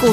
股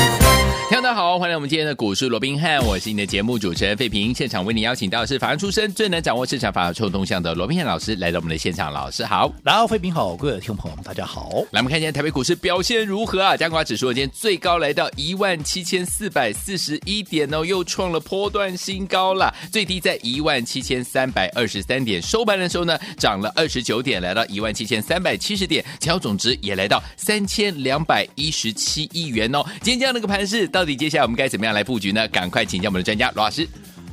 听众大家好，欢迎来我们今天的股市罗宾汉，我是你的节目主持人费平。现场为你邀请到的是法案出身、最能掌握市场法律臭动向的罗宾汉老师来到我们的现场，老师好。然后，飞平好，各位听众朋友们，大家好。来，我们看一下台北股市表现如何啊？加权指数今天最高来到一万七千四百四十一点哦，又创了波段新高了。最低在一万七千三百二十三点，收盘的时候呢，涨了二十九点，来到一万七千三百七十点，成交总值也来到三千两百一十七亿元哦。今天这样的一个盘势，到底接下来我们该怎么样来布局呢？赶快请教我们的专家罗老师。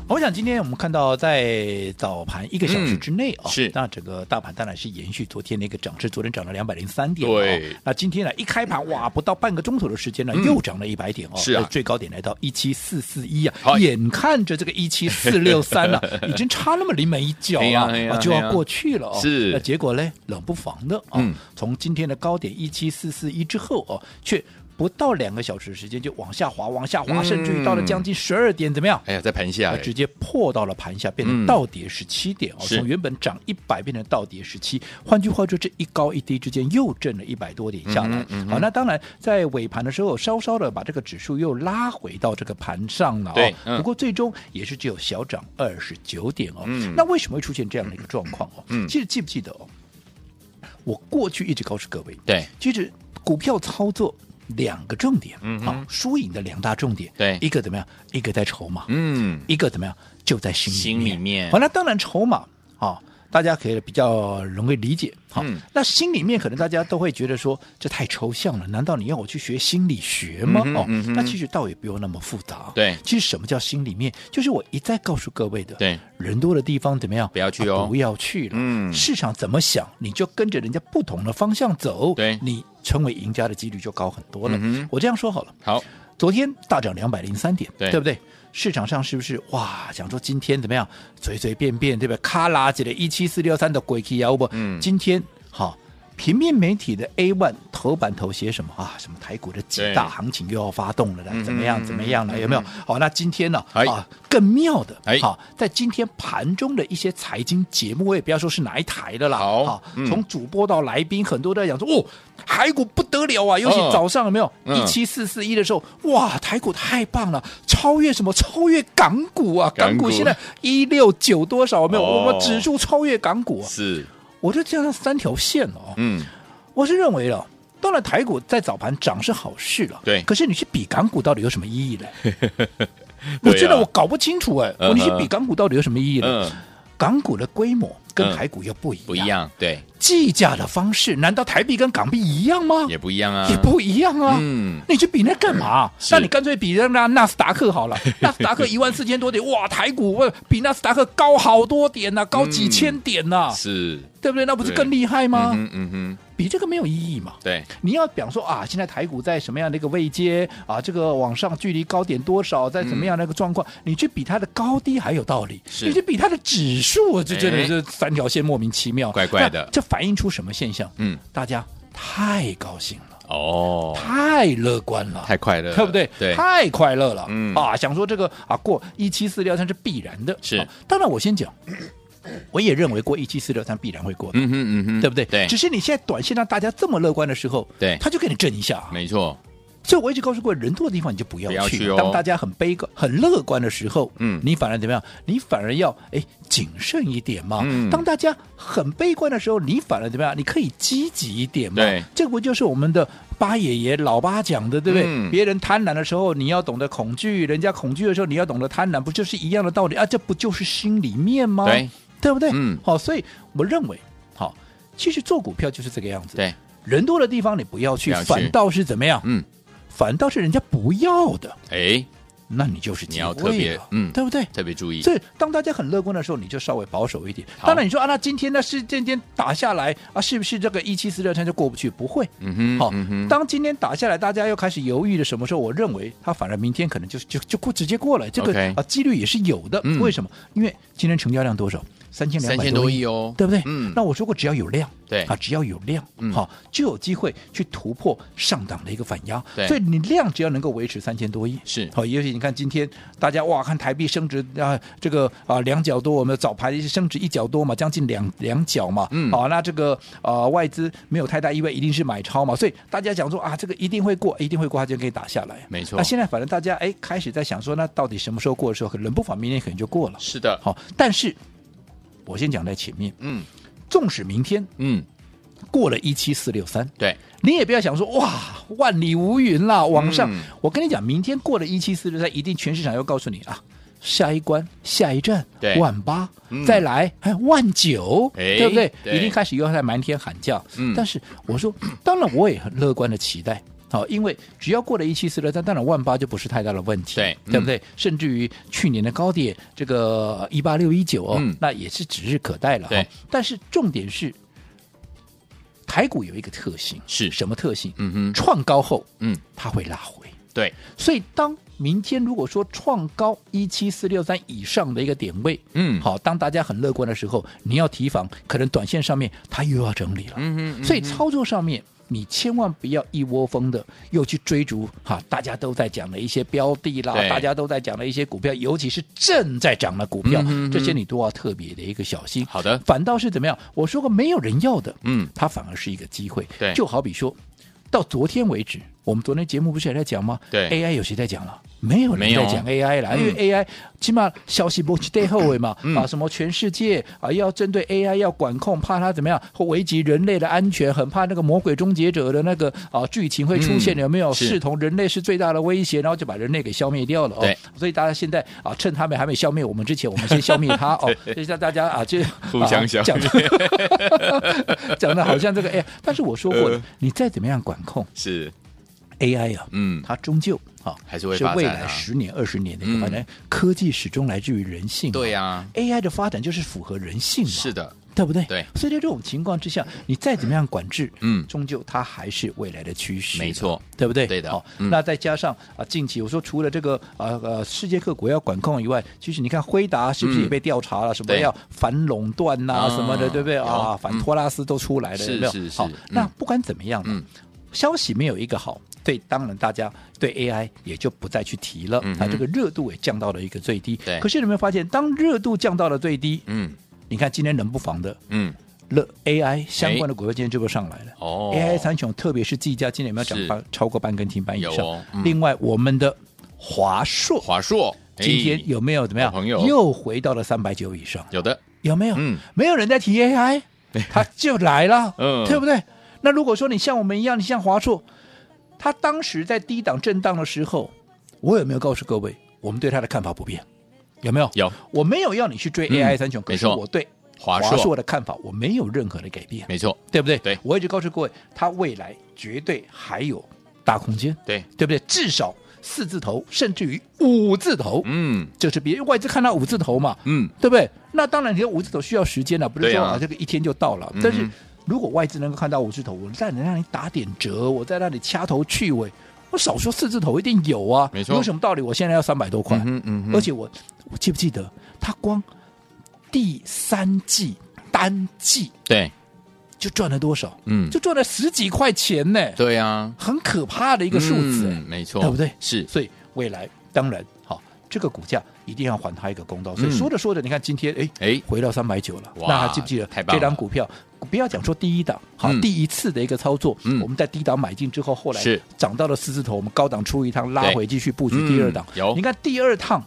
我想今天我们看到，在早盘一个小时之内啊、嗯是那整个大盘当然是延续昨天的一个涨势，昨天涨了两百零三点、哦，对嗯那今天呢，一开盘哇，不到半个钟头的时间呢，又涨了一百点哦，是啊那最高点来到一七四四一好啊，眼看着这个一七四六三 了，已经差那么临门一脚哎呀了、哎呀啊就哎呀要过去了哦，是那结果呢，冷不防的啊、嗯从今天的高点一七四四一之后哦，却。不到两个小时时间就往下滑，往下滑，嗯甚至于到了将近十二点，怎么样？哎呀，在盘下它哎，直接破到了盘下，变嗯成倒跌十七点、哦，是从原本涨一百变成倒跌十七。换句话说，这一高一低之间又挣了一百多点下来。嗯哼嗯哼好，那当然在尾盘的时候，稍稍的把这个指数又拉回到这个盘上了、哦。对嗯不过最终也是只有小涨二十九点哦、嗯那为什么会出现这样的一个状况哦？嗯其实记不记得哦？我过去一直告诉各位，对，其实股票操作两个重点，嗯哼好，输赢的两大重点，对一个怎么样，一个在筹码，嗯，一个怎么样，就在心里心里面好，那当然筹码啊、大家可以比较容易理解。好、嗯那心里面可能大家都会觉得说，这太抽象了，难道你要我去学心理学吗？嗯哼哦、嗯哼那其实倒也不用那么复杂。对其实什么叫心里面？就是我一再告诉各位的。对，人多的地方怎么样？不要去哦啊不要去了。嗯市场怎么想，你就跟着人家不同的方向走。对你成为赢家的几率就高很多了。嗯哼我这样说好了。好，昨天大涨两百零三点，对不对？市场上是不是哇？想说今天怎么样？随随便便对不对？咔啦起来一七四六三的鬼 K 啊，不，嗯今天好。平面媒体的 A one 头版头写什么啊？什么台股的几大对行情又要发动了啦嗯？怎么样？嗯怎么样了？嗯有没有？好，那今天呢？哎啊，更妙的哎，好，在今天盘中的一些财经节目，我也不要说是哪一台的啦。好好嗯，从主播到来宾，很多都在讲说，哦，台股不得了啊！尤其嗯早上有没有嗯一七四四一的时候，哇，台股太棒了，超越什么？超越港股啊！港港股股现在一六九多少？有没有？哦我们指数超越港股、啊，是，我就这样三条线了哦。嗯，我是认为了。当然，台股在早盘涨是好事了，对可是你去比港股到底有什么意 义呢？对我啊真的我搞不清楚哎、嗯我你去嗯比港股到底有什么意义呢？嗯，港股的规模嗯跟台股又不一样，不一，样，对，计价的方式难道台币跟港币一样吗？ 也不一样啊，也不一样啊。嗯，你去比那干嘛？是那你干脆比那那纳斯达克好了， 纳斯达克一万四千多点，哇，台股哇比纳斯达克高好多点呐、高几千点呐、是，对不对？那不是嗯对更厉害吗？嗯哼嗯哼，比这个没有意义嘛。对，你要讲说啊，现在台股在什么样的一个位阶啊？这个往上距离高点多少，在怎么样的一个状况？你去比它的高低还有道理，嗯是你去比它的指数，我就觉哎得这三条线莫名其妙，怪怪的那这反映出什么现象？嗯，大家太高兴了，哦，太乐观了。太快乐了，对不对？对，太快乐了，嗯啊，想说这个啊，过一七四六三是必然的，是啊当然，我先讲， 我也认为过一七四六三必然会过的，嗯哼嗯哼，对不对？对，只是你现在短线让大家这么乐观的时候，对他就给你震一下啊、没错，所以我一直告诉过，人多的地方你就不要不去。要去哦当大家很悲观、很乐观的时候，嗯你反而怎么样？你反而要哎谨慎一点嘛。嗯当大家很悲观的时候，你反而怎么样？你可以积极一点嘛。对这不就是我们的八爷爷老八讲的，对不对？嗯别人贪婪的时候，你要懂得恐惧；人家恐惧的时候，你要懂得贪婪，不就是一样的道理啊？这不就是心里面吗？对，对不对？嗯好，所以我认为，好，其实做股票就是这个样子。对，人多的地方你不要去，不要去反倒是怎么样？嗯，反倒是人家不要的，哎，那你就是你机要会特别了嗯对不对？特别注意，所以当大家很乐观的时候，你就稍微保守一点。好当然，你说啊，那今天那是今天打下来啊，是不是这个一七四六三就过不去？不会。嗯哼，好、嗯哼，当今天打下来，大家又开始犹豫的什么时候？我认为它反而明天可能就就就过直接过了，这个 OK 啊几率也是有的。嗯为什么？因为今天成交量多少？三千两三百千多多亿亿哦，对不对？嗯，那我说过，只要有量，对啊，只要有量，嗯好、就有机会去突破上档的一个反压。对所以你量只要能够维持三千多亿，是好、尤其你看今天大家哇，看台币升值啊，这个啊两角多，我们早盘升值一角多嘛，将近两两角嘛，嗯好、那这个呃外资没有太大意外，一定是买超嘛，所以大家讲说啊，这个一定会过，一定会过，它就可以打下来。没错那啊现在反正大家哎开始在想说，那到底什么时候过的时候，可能不妨明天可能就过了。是的，好、但是我先讲在前面，嗯纵使明天嗯，过了一七四六三，对，你也不要想说哇万里无云啦，往上。嗯我跟你讲，明天过了一七四六三，一定全市场要告诉你啊。下一关，下一站对，万八，嗯再来，哎，万九，哎对不对？对一定开始又要在瞒天喊价。嗯但是我说，当然我也很乐观的期待。好，因为只要过了一七四六三，当然万八就不是太大的问题，对嗯对不对？甚至于去年的高点，这个一八六一九哦，嗯那也是指日可待了。对哈，但是重点是，台股有一个特性是什么特性？嗯哼，创高后嗯，它会拉回，对，所以当明天如果说创高一七四六三以上的一个点位，嗯好，当大家很乐观的时候，你要提防，可能短线上面它又要整理了，嗯哼，嗯所以操作上面。你千万不要一窝蜂的又去追逐哈，大家都在讲的一些标的啦对，大家都在讲的一些股票，尤其是正在涨的股票，嗯哼嗯哼这些你都要特别的一个小心。好的，反倒是怎么样？我说过没有人要的，嗯，它反而是一个机会。对就好比说到昨天为止，我们昨天节目不是也在讲吗？对，AI 有谁在讲了？没有没人有在讲 AI 了，嗯因为 AI 起码消息不去对后尾嘛，嗯啊，什么全世界啊要针对 AI 要管控，怕它怎么样会危及人类的安全，很怕那个魔鬼终结者的那个啊剧情会出现，嗯有没有？是视同人类是最大的威胁，然后就把人类给消灭掉了哦对。所以大家现在啊，趁他们还没消灭我们之前，我们先消灭它 哦。所以让大家啊，就互相消啊讲的 讲的好 像这个 AI，但是我说过了呃，你再怎么样管控是， AI 啊，嗯，它终究啊还是会是发未展来啊，十年、二十年的一个嗯发展。科技始终来自于人性，对。呀， AI 的发展就是符合人性嘛，是的，对不对？对所以在这种情况之下，你再怎么样管制，嗯终究它还是未来的趋势，没错，对不对？对的好，嗯那再加上啊，近期我说除了这个呃呃世界各国要管控以外，其实你看辉达是不是嗯也被调查了？什么对要反垄断呐、啊什么的，对不对有啊？反嗯托拉斯都出来了，是有没有？是是好嗯，那不管怎么样呢嗯消息没有一个好，对，当然大家对 AI 也就不再去提了，嗯哼它这个热度也降到了一个最低。对可是你有没有发现，当热度降到了最低，嗯你看今天冷不防的嗯，热 AI 相哎关的股票今天就不上来了。哦 AI 三雄，特别是技嘉，今年有没有涨是半超过半根停板以有上？哦嗯另外，我们的华硕华硕今哎天有没有怎么样？好朋友又回到了三百九以上，有的，有没有？嗯没有人在提 AI，它就来了，嗯对不对？那如果说你像我们一样，你像华硕，它当时在低档震荡的时候，我有没有告诉各位，我们对它的看法不变？有没有？有我没有要你去追嗯 AI 三雄，可没是错我对华华硕，硕的看法我没有任何的改变。没错，对不对？对我一直告诉各位，它未来绝对还有大空间，对，对不对？至少四字头，甚至于五字头，嗯就是别人外资看到五字头嘛，嗯，对不对？那当然，你说五字头需要时间了，不是对说啊啊这个一天就到了嗯哼。但是如果外资能够看到五字头，我再能让你打点折，我在那里掐头去尾，我少说四字头一定有啊，没错有什么道理？我现在要三百多块嗯，哼嗯哼，而且我我记不记得，它光第三季单季对，就赚了多少？嗯就赚了十几块钱呢，对嗯呀，很可怕的一一个数字。哎没错，对不对是，所以未来当然好，这个股价一定要还它一个公道。所以嗯说着说着，你看今天哎哎，回到三百九了，哇那还记不记得太棒了这张股票？不要讲说第一档好，嗯第一次的一个操作，嗯我们在低档买进之后，后来是涨到了四字头，我们高档出一趟，拉对回继续布局第二档。嗯有你看第二趟，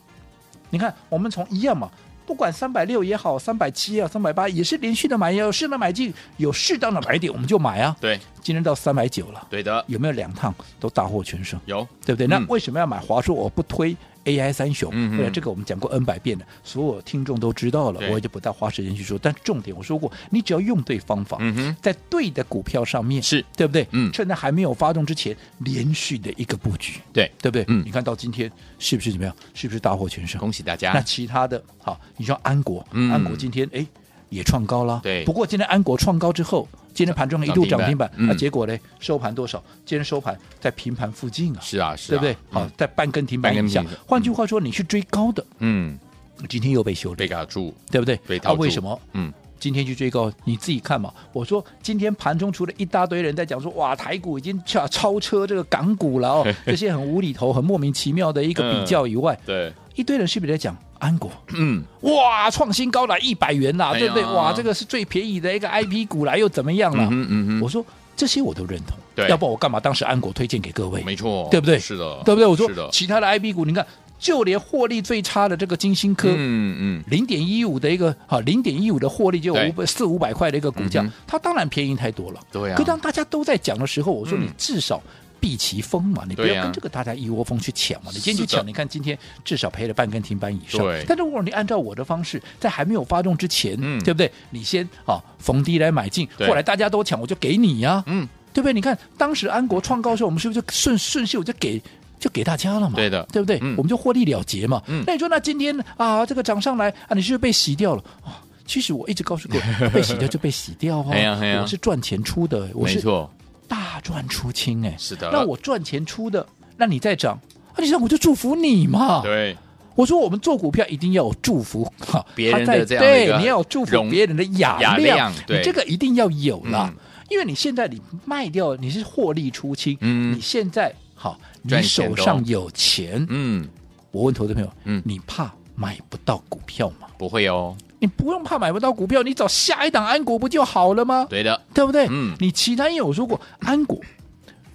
你看我们从一样嘛。不管三百六也好，三百七啊，三百八也是连续的买，有适当的买进，有适当的买点我们就买啊。对今天到三百九了，对的，有没有两趟都大获全胜，有，对不对？那嗯为什么要买华硕？我不推 AI 三雄，嗯哼对这个我们讲过 N 百遍了，所有听众都知道了，对我也就不再花时间去说。但重点我说过，你只要用对方法，嗯哼，在对的股票上面，是对不对？嗯趁它还没有发动之前，连续的一个布局，对，对不对？嗯你看到今天是不是怎么样？是不是大获全胜？恭喜大那家，其他的，好，你像安国，啊嗯安国今天哎也创高了，对不过今天安国创高之后，今天盘中一度涨停板，啊涨停板嗯那、结果呢收盘多少？今天收盘在平盘附近啊，是啊是对啊，不对？好，嗯在半根停板半根以下停板。换句话说，你去追高的，嗯，今天又被修理被，卡住，对不对？被套啊，住为什么？嗯，今天去追高，你自己看嘛。我说今天盘中除了一大堆人在讲说，哇，台股已经超超车这个港股了 哦，这些很无厘头、很莫名其妙的一个比较以外，对，一堆人是不是在讲安国？嗯，哇，创新高了一百元啦，哎呀对不对？哇，这个是最便宜的 一个 IP 股啦，又怎么样嗯啦？哼嗯我说这些我都认同，对要不然我干嘛当时安国推荐给各位哼，？没错，对不对是的，对不对？我说是的，其他的 IP 股，你看，就连获利最差的这个金星科，嗯嗯，零点一五的一个哈，零点一五的获利就对五百四五百块的一个股价，嗯哼它当然便宜太多了。对啊可当大家都在讲的时候，我说嗯你至少避其锋嘛，你不对啊要跟这个大家一窝蜂去抢嘛。你今天去是的抢，你看今天至少赔了半根停板以上对。但是如果你按照我的方式，在还没有发动之前，嗯对不对？你先啊逢低来买进，对后来大家都抢，我就给你呀、嗯，对不对？你看当时安国创高的时候，我们是不是就顺顺势我就给就给大家了嘛？对的对不对？嗯我们就获利了结嘛。嗯那你说那今天啊，这个涨上来啊，你是不是被洗掉了啊？其实我一直告诉各 位，被洗掉就被洗掉啊！哎呀哎呀我是赚钱出的，我没是错，大赚出清哎。是的，啊那我赚钱出的，那你再涨，啊，你涨我就祝福你嘛。对我说我们做股票一定要有祝福哈，别人的他在这样的一个对，你要有祝福容别人的雅雅量，量对你这个一定要有啦。嗯因为你现在你卖掉，你是获利出清，嗯你现在好，你赚钱的哦手上有钱，嗯，我问投资朋友，嗯你怕买不到股票吗？不会哦，你不用怕买不到股票，你找下一档安股不就好了吗？对的，对不对？嗯你其他也有说过，安股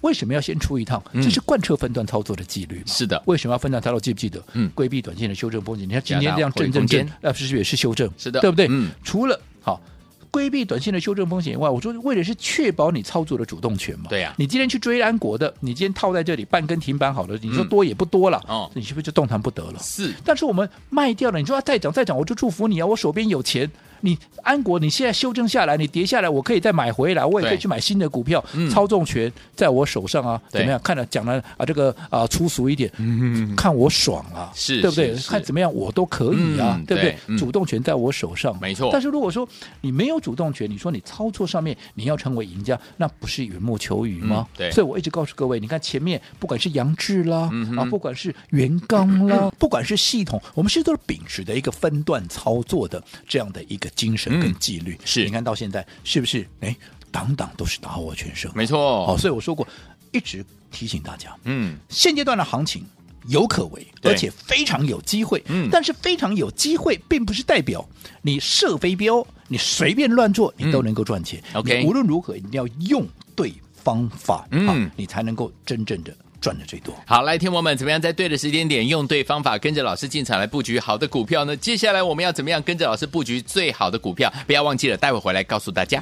为什么要先出一趟？嗯这是贯彻分段操作的纪律嘛？是的为什么要分段操作？记不记得？嗯规避短线的修正风险。你看今加天大这样获利震震空震间，呃，是不是也是修正？是的对不对？嗯除了好。规避短线的修正风险以外，我说为的是确保你操作的主动权嘛。对呀你今天去追安国的，你今天套在这里半根停板好了，你说嗯多也不多了，哦你是不是就动弹不得了？是，但是我们卖掉了，你说啊再涨再涨，我就祝福你啊！我手边有钱，你安国你现在修正下来，你跌下来，我可以再买回来，我也可以对去买新的股票，嗯操纵权在我手上啊！对怎么样？看了讲了啊，这个啊粗俗一点，嗯看我爽啊，是对不对是？是看怎么样我都可以啊嗯，对不对对？嗯主动权在我手上，没错但是如果说你没有主动权，你说你操作上面你要成为赢家，那不是缘木求鱼吗嗯？对所以我一直告诉各位，你看前面不管是杨志啦嗯，哼啊，不管是袁刚 啦，不管是系统，我们是都是秉持的一个分段操作的这样的一个精神跟嗯纪律。是你看到现在是不是？哎，档档都是打我全胜。没好，错，所以我说过，一直提醒大家，嗯，现阶段的行情有可为，对而且非常有机会。嗯但是非常有机会，并不是代表你射飞镖，你随便乱做，你都能够赚钱。嗯，OK 你无论如何一定要用对方法，嗯啊你才能够真正的赚的最多。好，来，天王们，怎么样在对的时间点，用对方法，跟着老师进场来布局好的股票呢？接下来我们要怎么样跟着老师布局最好的股票？不要忘记了，待会回来告诉大家。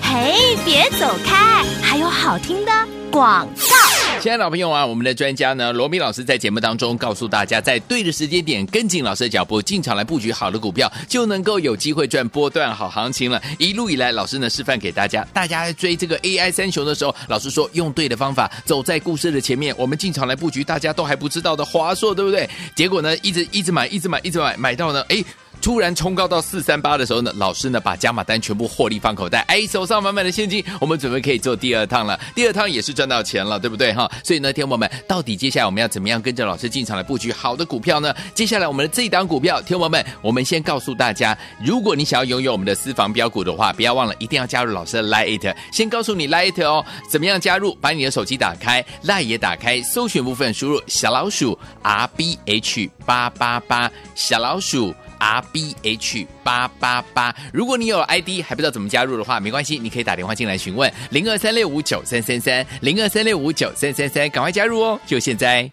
嘿，别走开，还有好听的广告。亲爱的老朋友啊，我们的专家呢，罗明老师在节目当中告诉大家，在对的时间点跟紧老师的脚步，进场来布局好的股票，就能够有机会赚波段好行情了。一路以来，老师呢示范给大家，大家在追这个 AI 三雄的时候，老师说用对的方法，走在故事的前面，我们进场来布局大家都还不知道的华硕，对不对？结果呢，一直一直买，一直买，一直买，买到呢，哎。突然冲高到四三八的时候呢，老师呢把加码单全部获利放口袋，哎，手上满满的现金，我们准备可以做第二趟了，第二趟也是赚到钱了，对不对哈？所以呢，天王们，到底接下来我们要怎么样跟着老师进场来布局好的股票呢？接下来我们的这一档股票，天王们，我们先告诉大家，如果你想要拥有我们的私房标股的话，不要忘了一定要加入老师的 Lite，先告诉你 Lite 哦，怎么样加入？把你的手机打开，Lite 也打开，搜寻部分输入小老鼠 R B H 八八八，小老鼠。R B H 八八八。如果你有 ID 还不知道怎么加入的话，没关系，你可以打电话进来询问零二三六五九三三三零二三六五九三三三，赶快加入哦，就现在。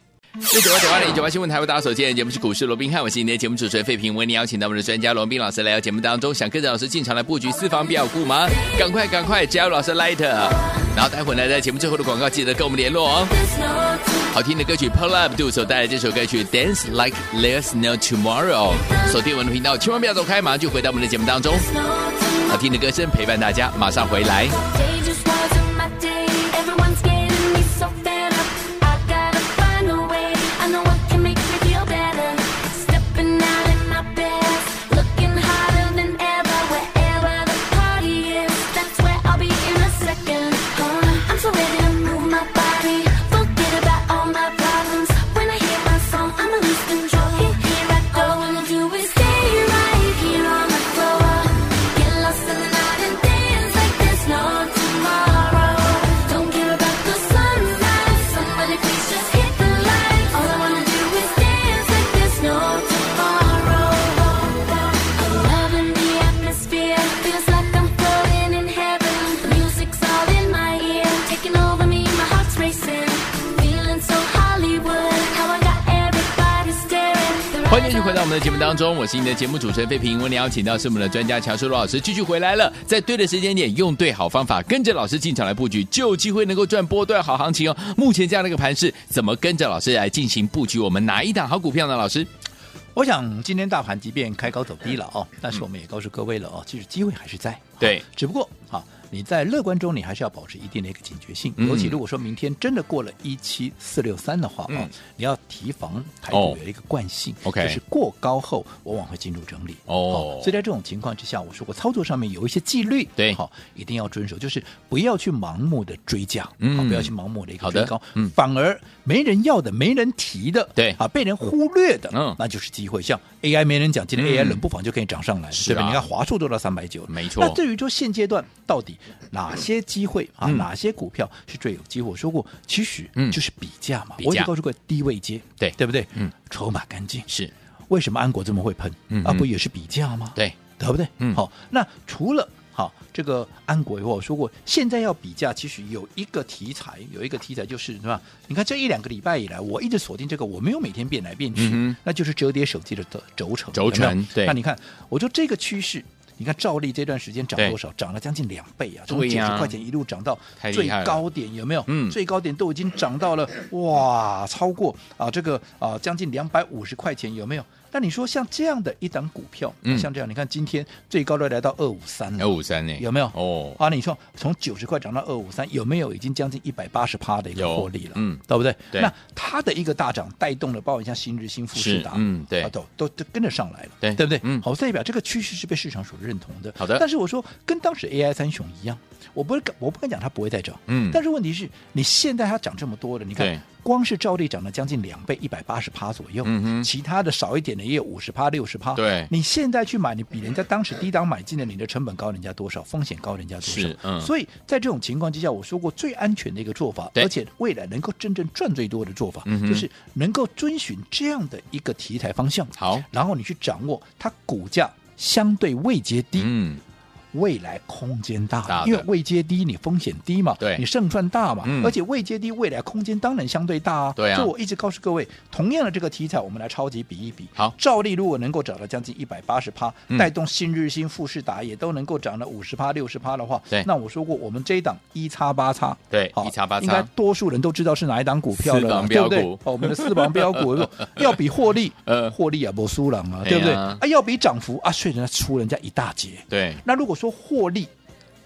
六九八九二零九八新闻台，为大家所见的节目是股市罗宾汉，我是你的节目主持人费平，为你邀请到我们的专家罗宾老师来到节目当中，想跟着老师进场来布局私房标股吗？赶快赶快加入老师 Light，然后待会呢在节目最后的广告记得跟我们联络哦。好听的歌曲 Pull Up Do 所带来这首歌曲 Dance Like There's No Tomorrow。锁定我们的频道，千万不要走开，马上就回到我们的节目当中。好听的歌声陪伴大家，马上回来。 Day just wasn't my day. Everyone's getting me so fed up. I gotta find a way. I know what can make me feel better. Stepping out in my best, looking hotter than ever. Wherever the party is, that's where I'll be in a second. Huh? I'm so ready to move my body, forget about all my problems. When I hear my song 到我们的节目当中，我是你的节目主持人费平。我们邀请到是我们的专家乔舒罗老师继续回来了，在对的时间点，用对好方法，跟着老师进场来布局，就有机会能够赚波段好行情哦。目前这样的一个盘势，怎么跟着老师来进行布局？我们哪一档好股票呢？老师，我想今天大盘即便开高走低了哦，但是我们也告诉各位了哦，其实机会还是在。对，只不过好，你在乐观中你还是要保持一定的一个警觉性，嗯尤其如果说明天真的过了一七四六三的话啊、嗯哦你要提防台股有一个惯性、 OK 就是过高后往往会进入整理哦所以在这种情况之下，我说过操作上面有一些纪律，对好、一定要遵守，就是不要去盲目的追价，嗯好，不要去盲目的一好个的追高，嗯反而没人要的、没人提的，对啊，被人忽略的，嗯那就是机会。像 AI 没人讲，今天 AI 嗯冷不防就可以涨上来了，是对吧？啊你看华硕做到三百九，没错那至于说现阶段到底哪些机会啊，嗯哪些股票是最有机会？我说过，其实嗯就是比价嘛。比价我已经告诉过低位接，对对不对？嗯，筹码干净。是为什么安国这么会喷嗯？啊，嗯不也是比价吗？对，对不对？嗯好，那除了好这个安国以外，我说过，现在要比价，其实有一个题材，有一个题材就是什么？你看这一两个礼拜以来，我一直锁定这个，我没有每天变来变去，嗯哼那就是折叠手机的轴轴承，轴承有没有对那你看，我说这个趋势。你看照例这段时间涨对多少？涨了将近两倍啊，从对九呀十块钱一路涨到太厉最害了高点，有没有？嗯最高点都已经涨到了哇，超过啊这个啊将近两百五十块钱，有没有？那你说像这样的一档股票，嗯像这样，你看今天最高都来到二五三了二。五三呢？有没有哦，啊，你说从九十块涨到二五三，有没有已经将近一百八十趴的一个有获利了？嗯对不对？对那它的一个大涨带动了，包括像新日新、富士是达，嗯对啊都都都跟着上来了，对对不对？嗯好，代表这个趋势是被市场所认同的。好的但是我说跟当时 AI 三雄一样，我不是我不敢讲它不会再涨，嗯但是问题是你现在它涨这么多了，你对看。光是照例涨了将近两倍，一百八十趴左右，嗯哼其他的少一点的也有五十趴、六十趴。对你现在去买，你比人家当时低档买进的，你的成本高人家多少，风险高人家多少。是嗯所以在这种情况之下，我说过最安全的一个做法，对而且未来能够真正赚最多的做法，嗯哼就是能够遵循这样的一个题材方向，好，然后你去掌握它股价相对位阶低，嗯，未来空间大，大的因为位阶低，你风险低嘛，对你胜算大嘛，嗯而且位阶低，未来空间当然相对大啊。对啊所以我一直告诉各位，同样的这个题材，我们来超级比一比。好照例如果能够涨到将近一百八十趴嗯，带动新日新、富士达也都能够涨到五十趴、六十趴的话，对那我说过，我们这一档一叉八叉，对好，一叉八应该叉，多数人都知道是哪一档股票了啦，四档对标不股对？哦，我们的四榜标股要比获利呃，获利啊，不输人啊，哎呀对不对？啊，要比涨幅啊，所以人家出人家一大截。对，那如果说获利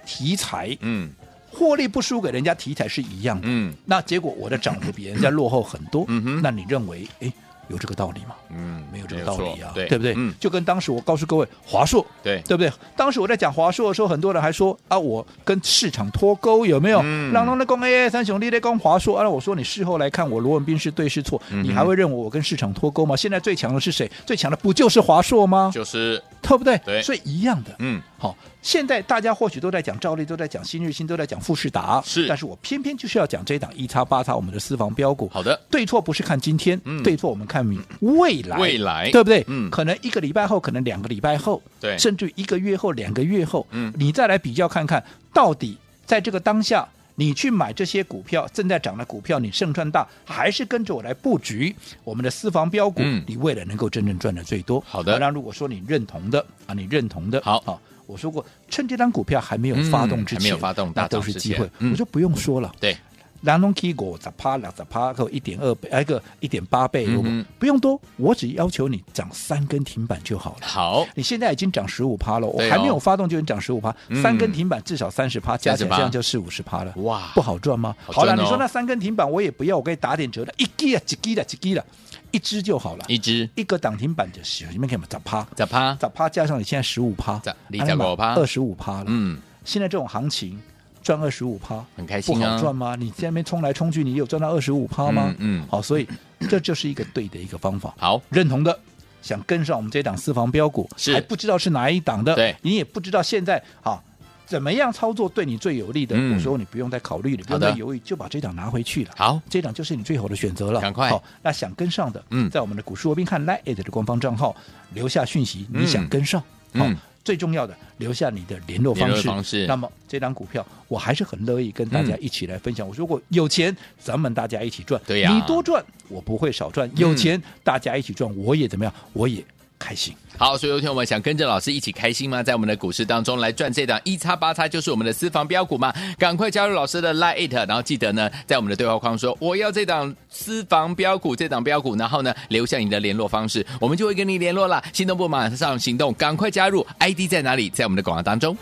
题材，嗯获利不输给人家题材是一样的，嗯那结果我的涨幅比人家落后很多，嗯哼那你认为，哎，有这个道理吗？嗯，没有这个道理啊，没有错不对？嗯，就跟当时我告诉各位华硕，对，对不对？当时我在讲华硕的时候，很多人还说啊，我跟市场脱钩，有没有？嗯让龙的攻 AI 三雄弟在攻华硕，啊，那我说你事后来看我罗文斌是对是错，嗯哼你还会认为我跟市场脱钩吗？现在最强的是谁？最强的不就是华硕吗？就是，对不对？对所以一样的，嗯，好，现在大家或许都在讲照例，都在讲新日新，都在讲富士达，是但是我偏偏就是要讲这一档一叉八叉我们的私房标股。好的，对错不是看今天，嗯对错我们看明未来，未来对不对？嗯可能一个礼拜后，可能两个礼拜后，对甚至一个月后、两个月后，嗯你再来比较看看，到底在这个当下。你去买这些股票，正在涨的股票，你胜算大，还是跟着我来布局我们的私房标股？嗯你未来能够真正赚的最多。好的那如果说你认同的啊，你认同的，好好、我说过，趁这张股票还没有发动之嗯前，还没有发动那大涨都是之机前会。嗯我就不用说了，对，南龙 K 股十趴、两十趴，还有一点二倍，哎个一点八倍，嗯如果哼不用多，我只要求你涨三根停板就好了。好，你现在已经涨十五趴了，我对哦还没有发动就已经涨十五趴，嗯三根停板至少三十趴，加起来30%这样就四五十趴了。哇，不，好赚吗？好好赚了，哦你说那三根停板我也不要，我可以打点折的，一击啊，几击了，几击了，一只就好了，一只一个涨停板就行，你们看嘛，十趴，咋趴？十趴加上你现在十五趴啊十，25%二十五趴了，嗯，现在这种行情赚二十五趴，很开心不啊好赚吗？你在那边冲来冲去，你有赚到二十五趴吗？嗯嗯好，所以这就是一个对的一个方法。好，认同的。想跟上我们这档私房标股，是还不知道是哪一档的，对你也不知道现在啊怎么样操作对你最有利的。嗯我说你不用再考虑了，好不用的再犹豫，就把这档拿回去了。好，这档就是你最好的选择了。赶快好，那想跟上的，嗯在我们的股市罗宾汉 Lite 的官方账号留下讯息，嗯你想跟上，好嗯最重要的留下你的联络方联络式。方式那么这档股票，我还是很乐意跟大家嗯一起来分享。我说过，有钱咱们大家一起赚，对呀你多赚我不会少赚，有钱大家一起赚，我也怎么样，我也开心。好，所以有天我们想跟着老师一起开心吗？在我们的股市当中来赚这档一叉八叉，就是我们的私房标股嘛。赶快加入老师的 Line It，然后记得呢，在我们的对话框说我要这档私房标股，这档标股，然后呢留下你的联络方式，我们就会跟你联络啦。心动不马上行动，赶快加入，ID 在哪里？在我们的广告当中。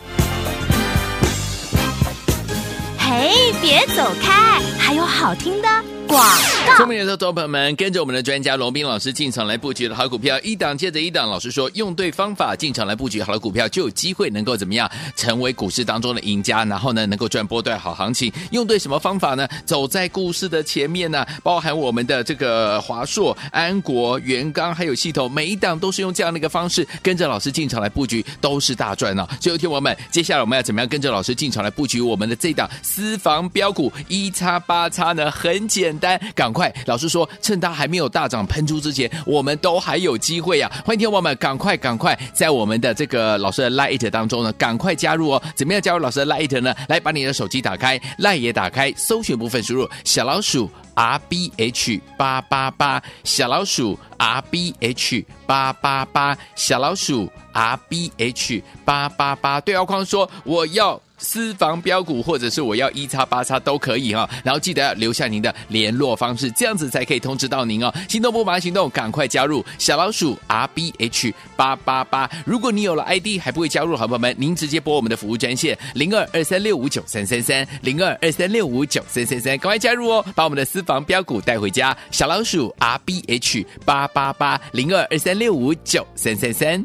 嘿，别走开，还有好听的广告。聪明的投资朋友们，跟着我们的专家龙斌老师进场来布局的好股票，一档接着一档。老师说，用对方法进场来布局好的股票，就有机会能够怎么样，成为股市当中的赢家，然后呢，能够赚波段好行情。用对什么方法呢？走在故事的前面呢、包含我们的这个华硕、安国、元刚还有系统，每一档都是用这样的一个方式，跟着老师进场来布局，都是大赚啊！所以，听我们，接下来我们要怎么样跟着老师进场来布局我们的这档私房标股一叉八叉呢？很简单，赶快，老师说，趁它还没有大涨喷出之前，我们都还有机会呀、啊！欢迎听我们，赶快赶快，在我们的这个老师的 Lite 当中呢，赶快加入哦！怎么样加入老师的 Lite 呢？来，把你的手机打开，Lite 也打开，搜寻部分输入小老鼠 R B H 八八八，小老鼠 R B H 八八八，小老鼠 R B H 八八八，对话框说我要。私房标股，或者是我要一叉八叉都可以哈、然后记得要留下您的联络方式，这样子才可以通知到您哦。心动不马上行动，赶快加入小老鼠 R B H 八八八。如果你有了 ID 还不会加入，好朋友们，您直接拨我们的服务专线零二二三六五九三三三零二二三六五九三三三，赶快加入哦，把我们的私房标股带回家。小老鼠 R B H 八八八零二二三六五九三三三。